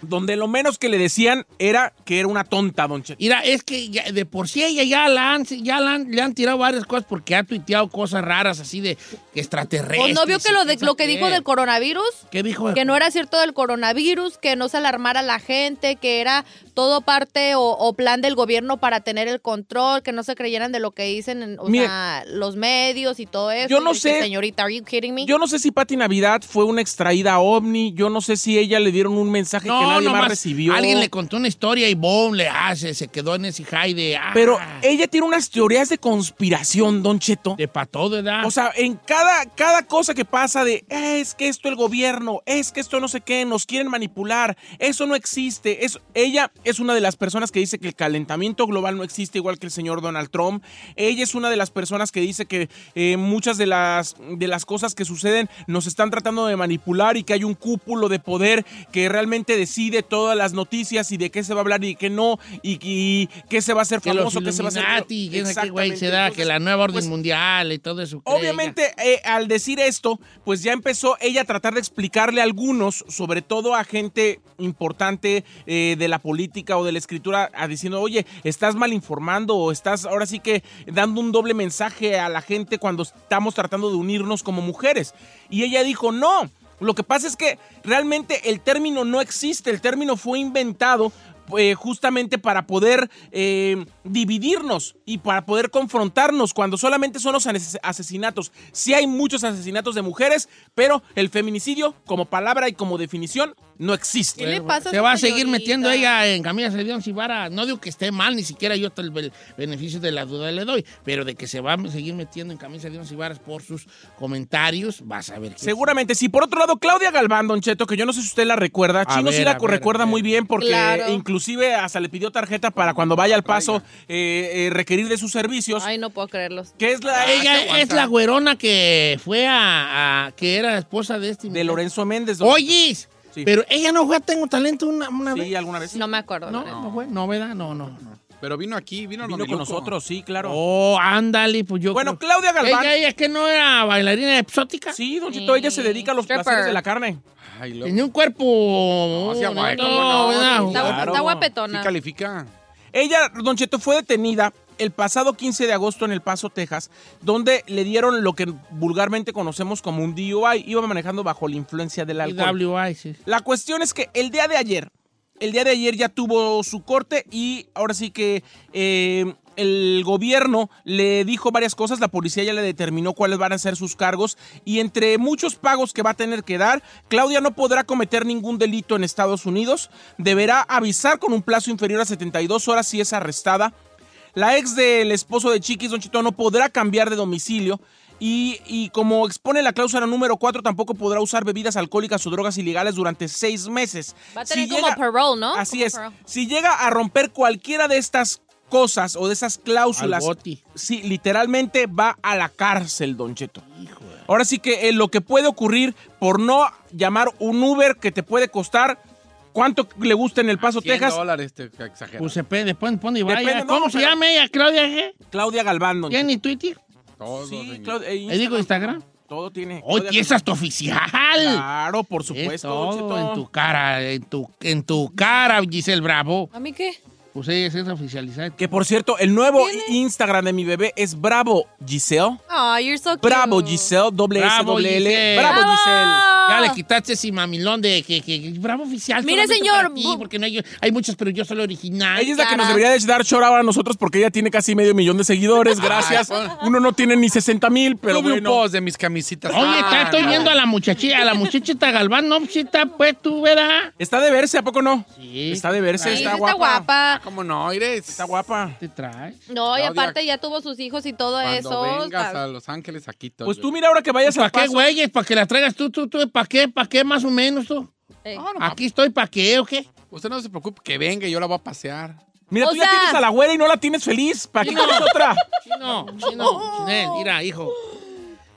Speaker 1: donde lo menos que le decían era que era una tonta, don Cheto.
Speaker 3: Mira, es que ya- de por sí ella ya, la han, ya la han- le han tirado varias cosas porque ha tuiteado cosas raras así de que
Speaker 2: ¿O
Speaker 3: extraterrestres.
Speaker 2: Pues no vio que lo, de, lo que dijo del coronavirus?
Speaker 3: ¿Qué dijo?
Speaker 2: Que no era cierto del coronavirus, que no se alarmara la gente, que era todo parte o, o plan del gobierno para tener el control, que no se creyeran de lo que dicen en- o
Speaker 1: Mire,
Speaker 2: sea, los medios y todo eso.
Speaker 1: yo no
Speaker 2: Y dije,
Speaker 1: sé-
Speaker 2: Señorita, ¿are you kidding me?
Speaker 1: Yo no sé si Patti Navidad fue una extraída ovni, yo no sé si ella le dieron un mensaje que nadie más
Speaker 3: nomás
Speaker 1: recibió.
Speaker 3: Alguien le contó una historia y boom, le hace, se quedó en ese high de. ah,
Speaker 1: Pero ella tiene unas teorías de conspiración, Don Cheto.
Speaker 3: De pa' todo, ¿verdad?
Speaker 1: O sea, en cada, cada cosa que pasa de "Eh, es que esto el gobierno, es que esto no sé qué, nos quieren manipular, eso no existe. Es, ella es una de las personas que dice que el calentamiento global no existe, igual que el señor Donald Trump. Ella es una de las personas que dice que eh, muchas de las, de las cosas que suceden nos están tratando de manipular y que hay un cúpulo de poder que realmente decide todas las noticias y de qué se va a hablar y qué no, y, y qué se va a hacer
Speaker 3: que los
Speaker 1: famoso, qué se va a hacer.
Speaker 3: Illuminati, quién sabe qué güey se
Speaker 1: Exactamente.
Speaker 3: da, que
Speaker 1: Entonces,
Speaker 3: la nueva orden
Speaker 1: pues,
Speaker 3: mundial y todo eso. cree
Speaker 1: Obviamente, eh, al decir esto, pues ya empezó ella a tratar de explicarle a algunos, sobre todo a gente importante eh, de la política o de la escritura, a diciendo, oye, estás mal informando o estás ahora sí que dando un doble mensaje a la gente cuando estamos tratando de unirnos como mujeres. Y ella dijo, no. Lo que pasa es que realmente el término no existe, el término fue inventado eh, justamente para poder eh, dividirnos y para poder confrontarnos cuando solamente son los ases- asesinatos. Sí hay muchos asesinatos de mujeres, pero el feminicidio como palabra y como definición no existe.
Speaker 9: Se va a seguir metiendo ella en camillas de León Cibara. No digo que esté mal, ni siquiera yo el bel- beneficio de la duda le doy, pero de que se va a seguir metiendo en camillas de León Cibara por sus comentarios, vas a ver.
Speaker 1: Seguramente sí. Por otro lado, Claudia Galván, Don Cheto, que yo no sé si usted la recuerda.
Speaker 9: A
Speaker 1: Chino sí
Speaker 9: ver,
Speaker 1: la
Speaker 9: a ver,
Speaker 1: recuerda muy bien porque
Speaker 2: Claro.
Speaker 1: inclusive hasta le pidió tarjeta para cuando vaya al paso eh, eh, requerir de sus servicios.
Speaker 2: Ay, no puedo creerlos.
Speaker 1: Que es la,
Speaker 9: Ella es la güerona que fue a, a- que era esposa de este.
Speaker 1: De Lorenzo Méndez. don
Speaker 9: Oye, pero ella no fue a Tengo Talento una, una vez.
Speaker 1: Sí, alguna vez.
Speaker 2: No me acuerdo.
Speaker 9: No, no fue, no, ¿verdad? No, no.
Speaker 3: Pero vino aquí, vino,
Speaker 1: Vino con nosotros, sí, claro.
Speaker 9: Oh, ándale, pues yo.
Speaker 1: Bueno, Claudia Galván.
Speaker 9: Ella, ella es que no era bailarina exótica.
Speaker 1: Sí, don Chito, ella se dedica a los
Speaker 9: Stripper.
Speaker 1: placeres de la carne.
Speaker 9: Tenía un cuerpo.
Speaker 1: No, sí, guay,
Speaker 9: bonito,
Speaker 1: cómo no,
Speaker 9: ¿verdad?
Speaker 1: sí, Está- claro. está guapetona. Sí
Speaker 3: califica.
Speaker 1: Ella, Don Cheto, fue detenida el pasado 15 de agosto en El Paso, Texas, donde le dieron lo que vulgarmente conocemos como un DUI. Iba manejando bajo la influencia del alcohol.
Speaker 9: DWI, sí.
Speaker 1: La cuestión es que el día de ayer, el día de ayer ya tuvo su corte y ahora sí que eh, el gobierno le dijo varias cosas, la policía ya le determinó cuáles van a ser sus cargos y entre muchos pagos que va a tener que dar, Claudia no podrá cometer ningún delito en Estados Unidos, deberá avisar con un plazo inferior a 72 horas si es arrestada. La ex del esposo de Chiquis, Don Chito, no podrá cambiar de domicilio. Y, y como expone la cláusula número 4, tampoco podrá usar bebidas alcohólicas o drogas ilegales durante seis meses.
Speaker 2: Va a tener como parole, ¿no?
Speaker 1: Así
Speaker 2: Como
Speaker 1: es.
Speaker 2: parole.
Speaker 1: Si llega a romper cualquiera de estas cosas o de esas cláusulas,
Speaker 9: Al boti.
Speaker 1: sí, literalmente va a la cárcel, Don Cheto. Ahora sí que eh, lo que puede ocurrir por no llamar un Uber que te puede costar cuánto le gusta en El Paso,
Speaker 3: 100
Speaker 1: Texas.
Speaker 3: dólares, te exagerado.
Speaker 9: Pues se pe- después pone y vaya.
Speaker 1: Depende, no,
Speaker 9: ¿Cómo se
Speaker 1: pero-
Speaker 9: llama ella? Claudia G.
Speaker 1: Claudia Galván, Don
Speaker 9: ¿Tiene Twitter?
Speaker 3: Todo,
Speaker 1: Sí,
Speaker 3: señor.
Speaker 1: Claudia, eh,
Speaker 9: Le digo Instagram.
Speaker 1: Todo tiene.
Speaker 9: Oye,
Speaker 1: Claudia
Speaker 9: esa es tu oficial.
Speaker 1: Claro, por
Speaker 9: supuesto.
Speaker 1: Cheto.
Speaker 9: en tu cara, en tu, en tu cara, Giselle Bravo.
Speaker 2: ¿A mí qué?
Speaker 9: Pues ella es esa oficializada.
Speaker 1: Que por cierto, el nuevo Instagram de mi bebé es Bravo Giselle.
Speaker 2: Oh, you're so cute.
Speaker 1: Bravo Giselle, doble S,
Speaker 9: Bravo,
Speaker 1: doble L.
Speaker 9: Giselle.
Speaker 1: Bravo
Speaker 9: Bravo.
Speaker 1: Giselle.
Speaker 9: Ya le quitaste ese mamilón de que, que- que- bravo oficial.
Speaker 2: Mire,
Speaker 9: solamente
Speaker 2: señor,
Speaker 9: para ti,
Speaker 2: bu-
Speaker 9: porque no hay, hay muchas, pero yo soy la original.
Speaker 1: Ella es la que nos debería de dar short ahora a nosotros porque ella tiene casi medio millón de seguidores. Gracias. Uno no tiene ni 60 mil, pero
Speaker 3: Tuve
Speaker 1: bueno.
Speaker 3: un post de mis camisitas.
Speaker 9: Oye, está-
Speaker 3: Ah,
Speaker 9: estoy
Speaker 3: no.
Speaker 9: viendo a la muchachita, a la muchachita Galván, no, si está pues tú, ¿verdad?
Speaker 1: Está de verse, ¿a poco no?
Speaker 9: Sí.
Speaker 1: Está de verse,
Speaker 2: Sí,
Speaker 1: está, guapa.
Speaker 2: está guapa.
Speaker 3: ¿Cómo no, Ires? Está
Speaker 1: guapa.
Speaker 9: Te traes.
Speaker 2: No, y
Speaker 3: Claudia,
Speaker 2: aparte ya tuvo sus hijos y todo
Speaker 3: Cuando
Speaker 2: eso.
Speaker 3: vengas
Speaker 2: está-
Speaker 3: a Los Ángeles, aquí todo.
Speaker 1: Pues tú mira ahora que vayas
Speaker 9: ¿Para
Speaker 1: al
Speaker 9: qué,
Speaker 1: paso.
Speaker 9: güeyes? ¿Para que la traigas tú, tú, tú? ¿Para qué? ¿Para qué más o menos tú?
Speaker 2: Eh.
Speaker 1: Ah,
Speaker 9: Aquí estoy, ¿para qué o qué?
Speaker 3: Usted no se preocupe, que venga, yo la voy a pasear.
Speaker 1: Mira,
Speaker 2: O
Speaker 1: tú ya
Speaker 2: sea-
Speaker 1: tienes a la güera y no la tienes feliz. ¿Para qué
Speaker 9: No.
Speaker 1: quieres otra?
Speaker 9: Chino, chino, Chinel, mira, hijo.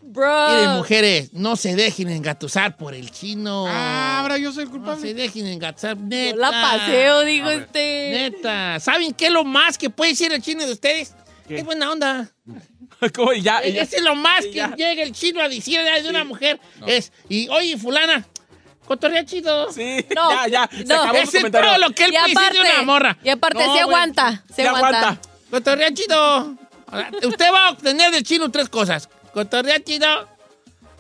Speaker 2: Bro.
Speaker 9: Miren, mujeres, no se dejen engatusar por el chino.
Speaker 3: Ah, ahora yo soy el
Speaker 9: No se
Speaker 3: culpable.
Speaker 9: dejen engatusar, neta.
Speaker 2: Yo la paseo, digo este.
Speaker 9: Neta. ¿Saben qué es lo más que puede decir el chino de ustedes? Es buena onda.
Speaker 1: [LAUGHS] ¿Cómo? Y ya, y ya.
Speaker 9: Ese es lo más
Speaker 1: y
Speaker 9: que
Speaker 1: ya.
Speaker 9: llega el chino a decir de una mujer. Es, y oye, fulana, cotorrea chido.
Speaker 1: Sí,
Speaker 2: No.
Speaker 1: ya, ya. Se
Speaker 2: No.
Speaker 1: acabó su
Speaker 9: Ese es
Speaker 1: comentario.
Speaker 9: todo lo que él
Speaker 2: Y
Speaker 9: puede decir de una morra.
Speaker 2: y aparte
Speaker 9: No,
Speaker 2: se
Speaker 9: güey.
Speaker 2: aguanta, se
Speaker 1: Ya
Speaker 2: aguanta.
Speaker 1: aguanta.
Speaker 9: Cotorrea chido. Ahora, Usted va a obtener del chino tres cosas. Cotorrea chido,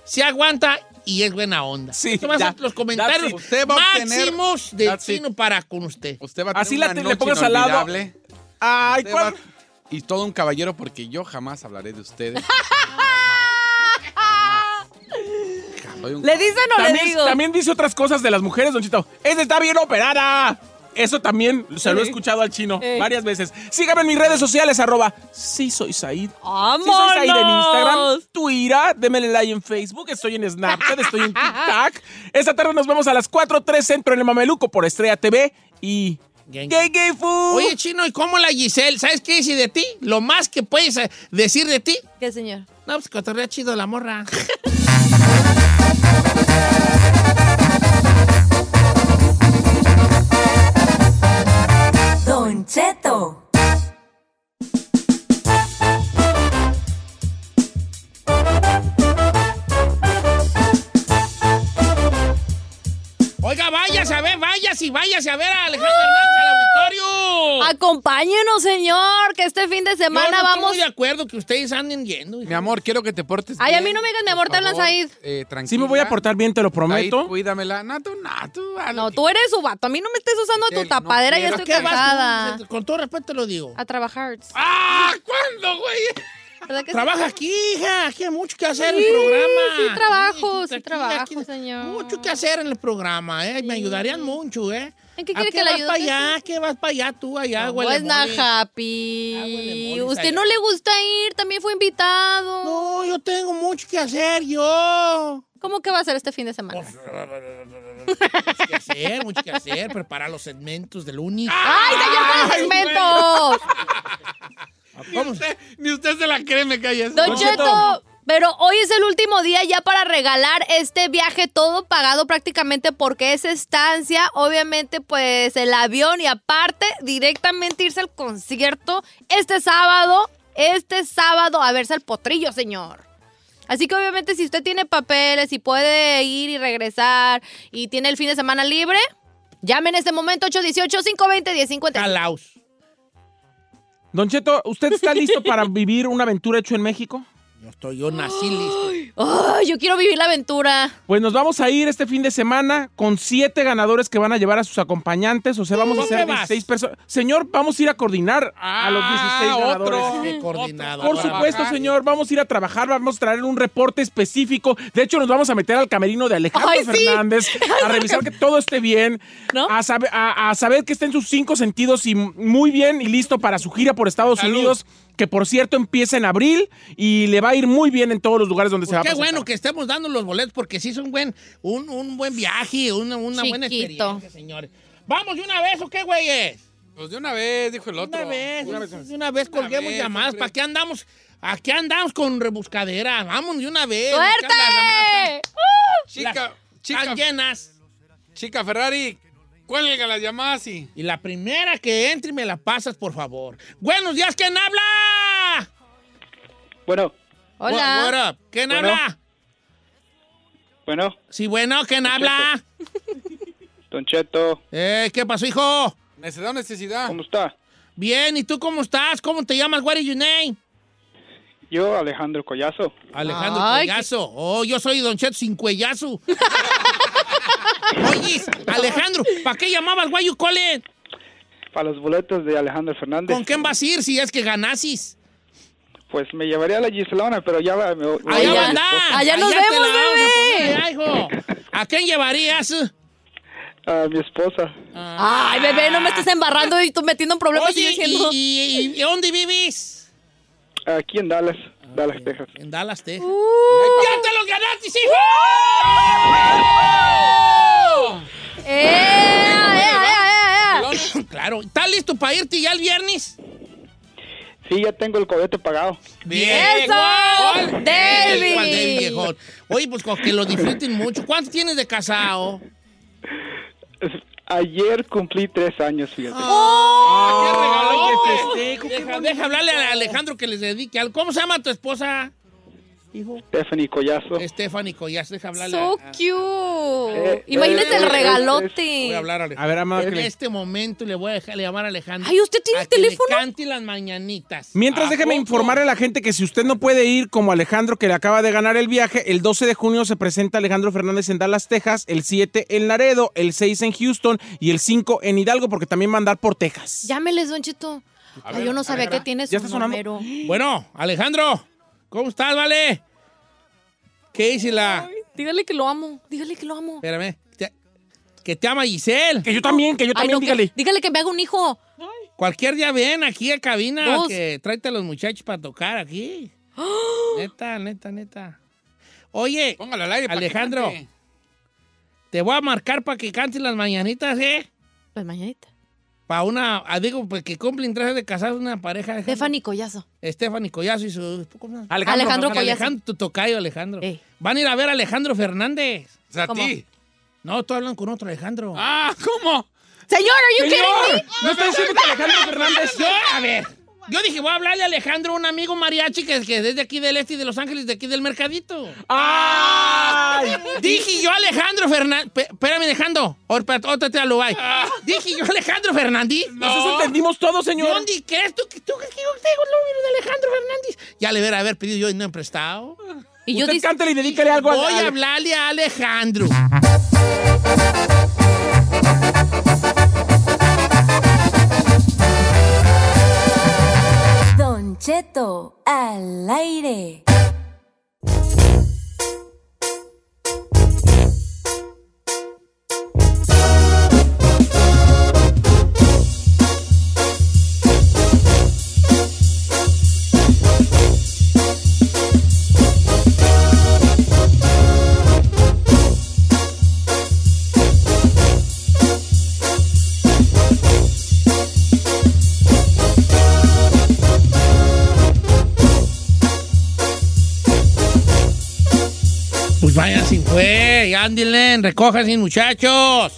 Speaker 9: se aguanta y es buena onda.
Speaker 1: Sí,
Speaker 9: Estos van a
Speaker 1: ya.
Speaker 9: ser los comentarios
Speaker 1: That's it.
Speaker 3: Usted va a obtener-
Speaker 9: máximos del
Speaker 3: That's it.
Speaker 9: chino para con usted.
Speaker 3: Usted va a tener
Speaker 1: Así la
Speaker 3: una
Speaker 1: te- le
Speaker 3: noche
Speaker 1: pongas al lado.
Speaker 3: inolvidable.
Speaker 1: Ay,
Speaker 3: Usted
Speaker 1: ¿cuál?
Speaker 3: va- Y todo un caballero, porque yo jamás hablaré de ustedes. Soy un
Speaker 2: ¿Le [LAUGHS] dicen o le
Speaker 1: También,
Speaker 2: digo?
Speaker 1: también dice otras cosas de las mujeres, Don Chito. ¡Esa está bien operada! Eso también se lo he
Speaker 2: Sí.
Speaker 1: escuchado al chino
Speaker 2: Sí.
Speaker 1: varias veces. Sígame en mis redes sociales, arroba. Sí soy Said. Sí soy Said en Instagram,
Speaker 2: ¡Vámonos!
Speaker 1: Twitter, démele like en Facebook, estoy en Snapchat, estoy en [LAUGHS] TikTok. Esta tarde nos vemos a las 4.3 Centro en el Mameluco por Estrella TV y...
Speaker 9: Gang.
Speaker 1: ¡Gay Gay Food!
Speaker 9: Oye, chino, ¿y cómo la Giselle? ¿Sabes qué dice de ti? Lo más que puedes eh, decir de ti.
Speaker 2: ¿Qué señor?
Speaker 9: No, pues cotorrea chido la morra.
Speaker 1: [LAUGHS]
Speaker 10: Don Cheto.
Speaker 2: ¡Ah!
Speaker 9: Oiga, váyase a ver, váyase y váyase a ver a Alejandro Hernández al auditorio.
Speaker 2: Acompáñenos, señor, que este fin de semana
Speaker 1: Oh. Yo no
Speaker 2: vamos.
Speaker 1: estoy de acuerdo que ustedes anden yendo.
Speaker 11: Mi amor, quiero que te portes
Speaker 2: Ay, a mí
Speaker 11: bien,
Speaker 2: no me digas, mi amor, te hablan
Speaker 11: favor.
Speaker 2: Said.
Speaker 11: eh, tranquila.
Speaker 3: Sí me voy a portar bien, te lo prometo.
Speaker 11: Said, cuídamela. No, tú, no, tú, haz lo
Speaker 2: No, tú eres su vato. A mí no me estés usando tu tapadera, ya
Speaker 1: quiero.
Speaker 2: estoy
Speaker 1: ¿A qué vas tú?
Speaker 2: cansada.
Speaker 1: Con todo respeto te lo digo.
Speaker 2: A trabajar.
Speaker 11: ¡Ah! ¿Cuándo, güey?
Speaker 2: ¿Verdad que sí?
Speaker 1: Trabaja aquí, hija. Aquí hay mucho que hacer en
Speaker 2: Sí,
Speaker 1: el programa.
Speaker 2: sí trabajo, sí
Speaker 1: aquí,
Speaker 2: trabajo,
Speaker 1: aquí.
Speaker 2: señor.
Speaker 1: Mucho que hacer en el programa, ¿eh? Me ayudarían mucho, ¿eh?
Speaker 2: ¿En qué
Speaker 1: ¿A
Speaker 2: quiere que le
Speaker 1: vas
Speaker 2: ayude
Speaker 1: para
Speaker 2: usted,
Speaker 1: allá? ¿Qué vas para allá tú, allá,
Speaker 2: No
Speaker 1: güey?
Speaker 2: es nada
Speaker 1: Ah, huele
Speaker 2: happy.
Speaker 1: moles
Speaker 2: Usted
Speaker 1: allá.
Speaker 2: no le gusta ir, también fue invitado.
Speaker 1: No, yo tengo mucho que hacer, yo.
Speaker 2: ¿Cómo que va a ser este fin de semana?
Speaker 1: Pues, Mucho que hacer, mucho que hacer. Preparar los segmentos del lunes.
Speaker 2: ¡Ay, señor, con los
Speaker 11: Ay, güey.
Speaker 2: segmentos!
Speaker 1: Ah,
Speaker 11: Ni usted, ni usted se la cree, me callas.
Speaker 2: Don Cheto, pero hoy es el último día ya para regalar este viaje todo pagado prácticamente porque es estancia, obviamente pues el avión y aparte directamente irse al concierto este sábado, este sábado a verse al potrillo, señor. Así que obviamente si usted tiene papeles y puede ir y regresar y tiene el fin de semana libre, llame en este momento 818-520-1050.
Speaker 1: Calaos.
Speaker 3: Don Cheto, ¿usted está listo para vivir una aventura hecho en México?
Speaker 1: Yo estoy, yo nací listo.
Speaker 2: Ay, yo quiero vivir la aventura.
Speaker 3: Pues nos vamos a ir este fin de semana con siete ganadores que van a llevar a sus acompañantes. O sea, vamos a
Speaker 1: ¿Dónde
Speaker 3: ser
Speaker 1: vas?
Speaker 3: 16 personas. Señor, vamos a ir a coordinar a los 16
Speaker 11: Ah,
Speaker 3: ganadores.
Speaker 11: otro.
Speaker 1: Qué coordinado.
Speaker 3: Por
Speaker 1: Ahora
Speaker 3: supuesto,
Speaker 1: baja.
Speaker 3: señor, vamos a ir a trabajar, vamos a traer un reporte específico. De hecho, nos vamos a meter al camerino de
Speaker 2: [LAUGHS]
Speaker 3: Alejandro
Speaker 2: Ay, sí.
Speaker 3: Fernández a revisar que todo esté bien,
Speaker 2: ¿No?
Speaker 3: a, sabe- a- a saber que estén sus cinco sentidos y muy bien y listo para su gira por Estados
Speaker 11: Salud.
Speaker 3: Unidos, que por cierto empieza en abril y le va a ir muy bien en todos los lugares
Speaker 11: Pues
Speaker 3: donde se va a
Speaker 1: Pues Qué
Speaker 3: presentar.
Speaker 1: bueno que estemos dando los boletos porque sí es un buen, un, un buen viaje, una, una buena
Speaker 2: Chiquito.
Speaker 1: experiencia, señores. Vamos de una vez o qué, güeyes.
Speaker 11: Pues de una vez, dijo el
Speaker 1: De
Speaker 11: otro.
Speaker 1: Una vez,
Speaker 11: Una vez.
Speaker 1: de una vez colguemos
Speaker 11: vez,
Speaker 1: llamadas.
Speaker 11: hombre.
Speaker 1: ¿Para qué andamos? ¿A qué andamos con rebuscadera? Vamos de una vez.
Speaker 2: ¡Suerte!
Speaker 11: Chica,
Speaker 1: Están
Speaker 11: chica,
Speaker 1: llenas.
Speaker 11: chica Ferrari, cuelga las llamadas y...
Speaker 1: Y la primera que entre me la pasas, por favor. Buenos días, ¿quién habla?
Speaker 10: Bueno,
Speaker 2: Hola.
Speaker 1: What- what up? ¿Quién
Speaker 10: Bueno.
Speaker 1: habla?
Speaker 10: bueno,
Speaker 1: Sí, bueno, ¿quién habla?
Speaker 10: Don Cheto,
Speaker 1: Eh, ¿Qué pasó, hijo?
Speaker 11: Necesidad, necesidad.
Speaker 10: ¿cómo está?
Speaker 1: Bien, ¿y tú cómo estás? ¿Cómo te llamas? What is your name?
Speaker 10: Yo, Alejandro Collazo.
Speaker 1: Alejandro
Speaker 2: Ay,
Speaker 1: Cuellazo. Oh, yo soy Don Cheto sin
Speaker 2: [LAUGHS]
Speaker 1: cuellazo. Oye, Alejandro, ¿para qué llamabas Why you call it?
Speaker 10: Para los boletos de Alejandro Fernández.
Speaker 1: ¿Con quién vas a ir si es que ganasis?
Speaker 10: Pues me llevaría a la Giselona, pero ya va. Me, me
Speaker 1: Allá
Speaker 10: voy
Speaker 1: va a
Speaker 10: a mi
Speaker 1: andar.
Speaker 10: esposa.
Speaker 2: Allá nos
Speaker 1: te la
Speaker 2: vemos,
Speaker 1: vamos
Speaker 2: bebé.
Speaker 1: a poner, hijo. ¿A quién llevarías?
Speaker 10: A mi esposa.
Speaker 2: Ay, bebé, no me estés embarrando y tú metiendo en problemas y yo
Speaker 1: Oye,
Speaker 2: diciendo.
Speaker 1: ¿y, y- y dónde vivís?
Speaker 10: Aquí en Dallas, Dallas, Texas.
Speaker 1: En Dallas, Texas.
Speaker 2: ¡Uh!
Speaker 1: ¡Ya te los ganaste, hijo!
Speaker 2: ¡Eh, eh, eh, eh, eh!
Speaker 1: claro. ¿Estás listo para irte ya el viernes?
Speaker 10: Sí, ya tengo el cohete pagado.
Speaker 2: ¡Eso!
Speaker 1: igual.
Speaker 2: ¡Delvin!
Speaker 1: Igual, Delvin, viejón. Oye, pues con que lo disfruten mucho. ¿Cuánto tienes de casado?
Speaker 10: Es- Ayer cumplí tres años, fíjate.
Speaker 4: Ah.
Speaker 3: Ah, ¡Qué regalo y qué festejo!
Speaker 1: Deja, deja hablarle a Alejandro que les dedique algo. ¿Cómo se llama tu esposa? Hijo.
Speaker 10: Stephanie Collazo.
Speaker 1: Stephanie Collas, deja hablarle.
Speaker 2: So
Speaker 1: a- a-
Speaker 2: cute.
Speaker 10: Eh,
Speaker 2: Imagínate
Speaker 10: eh,
Speaker 2: el
Speaker 1: voy
Speaker 10: eh,
Speaker 1: a
Speaker 2: regalote.
Speaker 1: hablar a Alejandro.
Speaker 3: A ver, amado, que
Speaker 1: en
Speaker 3: le-
Speaker 1: este momento le voy a dejar- le llamar a Alejandro.
Speaker 2: Ay, ¿usted tiene
Speaker 1: a
Speaker 2: el
Speaker 1: que le
Speaker 2: teléfono?
Speaker 1: cante las mañanitas.
Speaker 3: Mientras,
Speaker 1: ¿A
Speaker 3: déjeme
Speaker 1: poco?
Speaker 3: informarle a la gente que si usted no puede ir como Alejandro, que le acaba de ganar el viaje, el 12 de junio se presenta Alejandro Fernández en Dallas, Texas, el 7 en Laredo, el 6 en Houston y el 5 en Hidalgo, porque también va a andar por Texas.
Speaker 2: Llámeles, Don Cheto. Ay, yo no sabía que tienes
Speaker 3: ¿Ya
Speaker 2: un
Speaker 3: está sonando?
Speaker 2: número.
Speaker 1: Bueno, Alejandro, ¿cómo estás, vale? ¿Qué dice la...?
Speaker 2: Dígale que lo amo. Dígale que lo amo.
Speaker 1: Espérame. te- que te ama Giselle.
Speaker 3: Que yo también, que yo
Speaker 2: Ay,
Speaker 3: también,
Speaker 2: no, que-
Speaker 3: dígale.
Speaker 2: dígale que me haga un hijo.
Speaker 1: Cualquier día ven aquí a cabina
Speaker 2: Dos.
Speaker 1: que tráete a los muchachos para tocar aquí. Neta, neta, neta. Oye,
Speaker 11: ¡Oh! Póngalo al aire. pa' que
Speaker 1: Alejandro.
Speaker 11: cante.
Speaker 1: te voy a marcar para que cantes las mañanitas, ¿eh?
Speaker 2: Pues mañanita.
Speaker 1: Para una, ah, digo, pues que cumplen tres de casados una pareja.
Speaker 2: Stephanie Collazo.
Speaker 1: Estefany Collazo y su... ¿cómo se llama?
Speaker 2: Alejandro Collazo.
Speaker 1: Alejandro, tu tocayo, Alejandro.
Speaker 11: Eh.
Speaker 2: Ey.
Speaker 1: Van a ir a ver a Alejandro Fernández.
Speaker 11: O sea, a
Speaker 2: ¿Cómo?
Speaker 11: ti.
Speaker 1: No, estoy hablando con otro Alejandro.
Speaker 11: Ah, ¿cómo?
Speaker 2: Señor, are you kidding me?
Speaker 3: ¡No está diciendo que Alejandro Fernández!
Speaker 1: Yo, a ver, Yo dije, voy a hablarle a Alejandro, un amigo mariachi que, que es de aquí del este y de Los Ángeles, de aquí del mercadito.
Speaker 6: ¡Ay!
Speaker 1: Dije yo Alejandro Fernández. Espérame, Alejandro. Otra te lo bye. Dije yo Alejandro Fernández.
Speaker 6: Nosotros entendimos todo, señor.
Speaker 1: ¿Dónde crees tú que tú crees que yo tengo el número de Alejandro Fernández? Ya le hubiera haber pedido yo y no he prestado.
Speaker 6: Y yo Usted dice- cántale y dedícale algo a-
Speaker 1: Voy
Speaker 6: a-
Speaker 1: a hablarle a Alejandro.
Speaker 4: Don Cheto al aire.
Speaker 1: Pues vayan sin fue, ándile, recojan sin muchachos.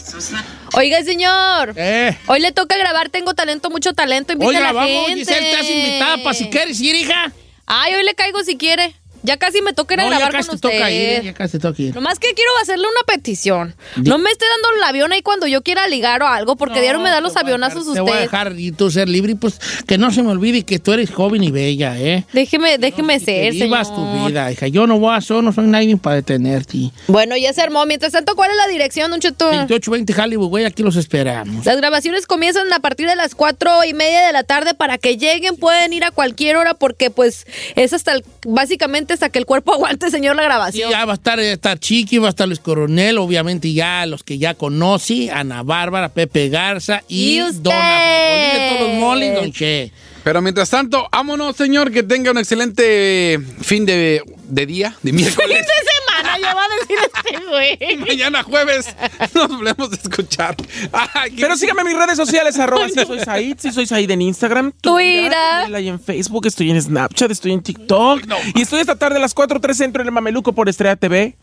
Speaker 2: Oiga, señor.
Speaker 1: Eh.
Speaker 2: Hoy le toca grabar Tengo Talento, Mucho Talento. Invita
Speaker 1: Oiga,
Speaker 2: a la
Speaker 1: vamos,
Speaker 2: gente.
Speaker 1: Giselle, estás invitada para si quieres ir, hija.
Speaker 2: Ay, hoy le caigo si quiere. Ya casi me toca ir a
Speaker 1: No, ya
Speaker 2: grabar
Speaker 1: casi
Speaker 2: con
Speaker 1: te
Speaker 2: usted.
Speaker 1: toca ir, ya casi te toca ir.
Speaker 2: Nomás que quiero hacerle una petición. No me esté dando el avión ahí cuando yo quiera ligar o algo, porque dieron me da los avionazos
Speaker 1: Te voy a
Speaker 2: usted.
Speaker 1: dejar y tú ser libre y pues que no se me olvide que tú eres joven y bella, ¿eh?
Speaker 2: Déjeme, déjeme
Speaker 1: Que
Speaker 2: ser,
Speaker 1: vivas
Speaker 2: señor.
Speaker 1: tu vida, hija. Yo no voy a solo, no soy nadie para detenerte.
Speaker 2: Bueno, ya se armó. Mientras tanto, ¿cuál es la dirección, Don Cheto?
Speaker 1: 2820 Hollywood, güey, aquí los esperamos.
Speaker 2: Las grabaciones comienzan a partir de las cuatro y media de la tarde para que lleguen, pueden ir a cualquier hora porque pues es hasta el- básicamente hasta que el cuerpo [LAUGHS] aguante, señor, la
Speaker 1: Sí,
Speaker 2: grabación.
Speaker 1: ya va a estar, eh, estar Chiqui, va a estar Luis Coronel, obviamente ya los que ya conocí, Ana Bárbara, Pepe Garza y,
Speaker 2: Y
Speaker 1: Don
Speaker 2: usted.
Speaker 1: Abolí de todos los moles, Don Che.
Speaker 3: Pero mientras tanto, vámonos, señor, que tenga un excelente fin de, de día, de miércoles. [LAUGHS]
Speaker 2: semana ya va a decir este güey.
Speaker 3: Mañana jueves nos volvemos a escuchar. Ay, qué-
Speaker 6: Pero síganme en mis redes sociales,
Speaker 2: [LAUGHS]
Speaker 6: arroba si soy Said, si soy Said en Instagram, Twitter, y en Facebook, estoy en Snapchat, estoy en TikTok. Y estoy esta tarde a las 4.3 centro en el Mameluco por Estrella TV.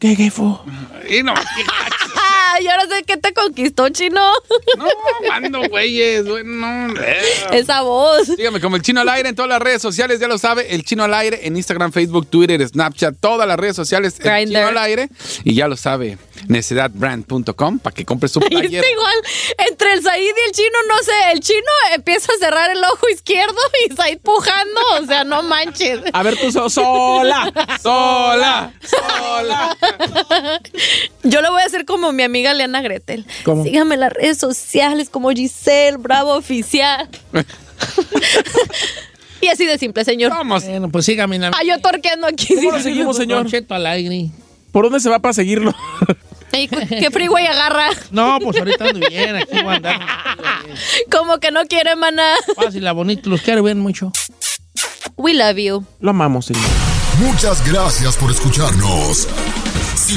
Speaker 6: ¿Qué, qué fue?
Speaker 3: Y no,
Speaker 2: Ay, ahora sé qué te conquistó, chino.
Speaker 6: [LAUGHS]
Speaker 3: No, mando, güeyes, güey, no.
Speaker 2: Esa voz.
Speaker 3: Sígame como el chino al aire en todas las redes sociales, ya lo sabe, el chino al aire en Instagram, Facebook, Twitter, Snapchat, todas las redes sociales, el chino al aire. Y ya lo sabe, necedadbrand.com para que compre su
Speaker 2: Ahí está
Speaker 3: player.
Speaker 2: igual. Entre el Said y el chino, no sé, el chino empieza a cerrar el ojo izquierdo y Said pujando. O sea, no manches.
Speaker 6: A ver tú so- sola, sola.
Speaker 2: Yo lo voy a hacer como mi amiga Leana Gretel.
Speaker 6: ¿Cómo?
Speaker 2: Síganme en las redes sociales como Giselle Bravo
Speaker 6: [LAUGHS]
Speaker 2: Oficial. y así de simple, señor.
Speaker 3: Vamos.
Speaker 1: Bueno, pues sígame. en la-
Speaker 2: Ah, yo torqueando aquí.
Speaker 6: ¿Cómo lo seguimos, señor?
Speaker 1: Don Cheto al aire.
Speaker 6: ¿Por dónde se va para seguirlo?
Speaker 2: Ey, ¿Qué freeway agarra?
Speaker 1: No, pues ahorita ando bien, aquí voy a andar.
Speaker 2: Como que no quiere, maná.
Speaker 1: Fácil, la bonita, los quiero bien mucho.
Speaker 2: We love you.
Speaker 6: Lo amamos, señor.
Speaker 12: Muchas gracias por escucharnos. Si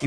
Speaker 10: y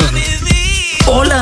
Speaker 13: Hola,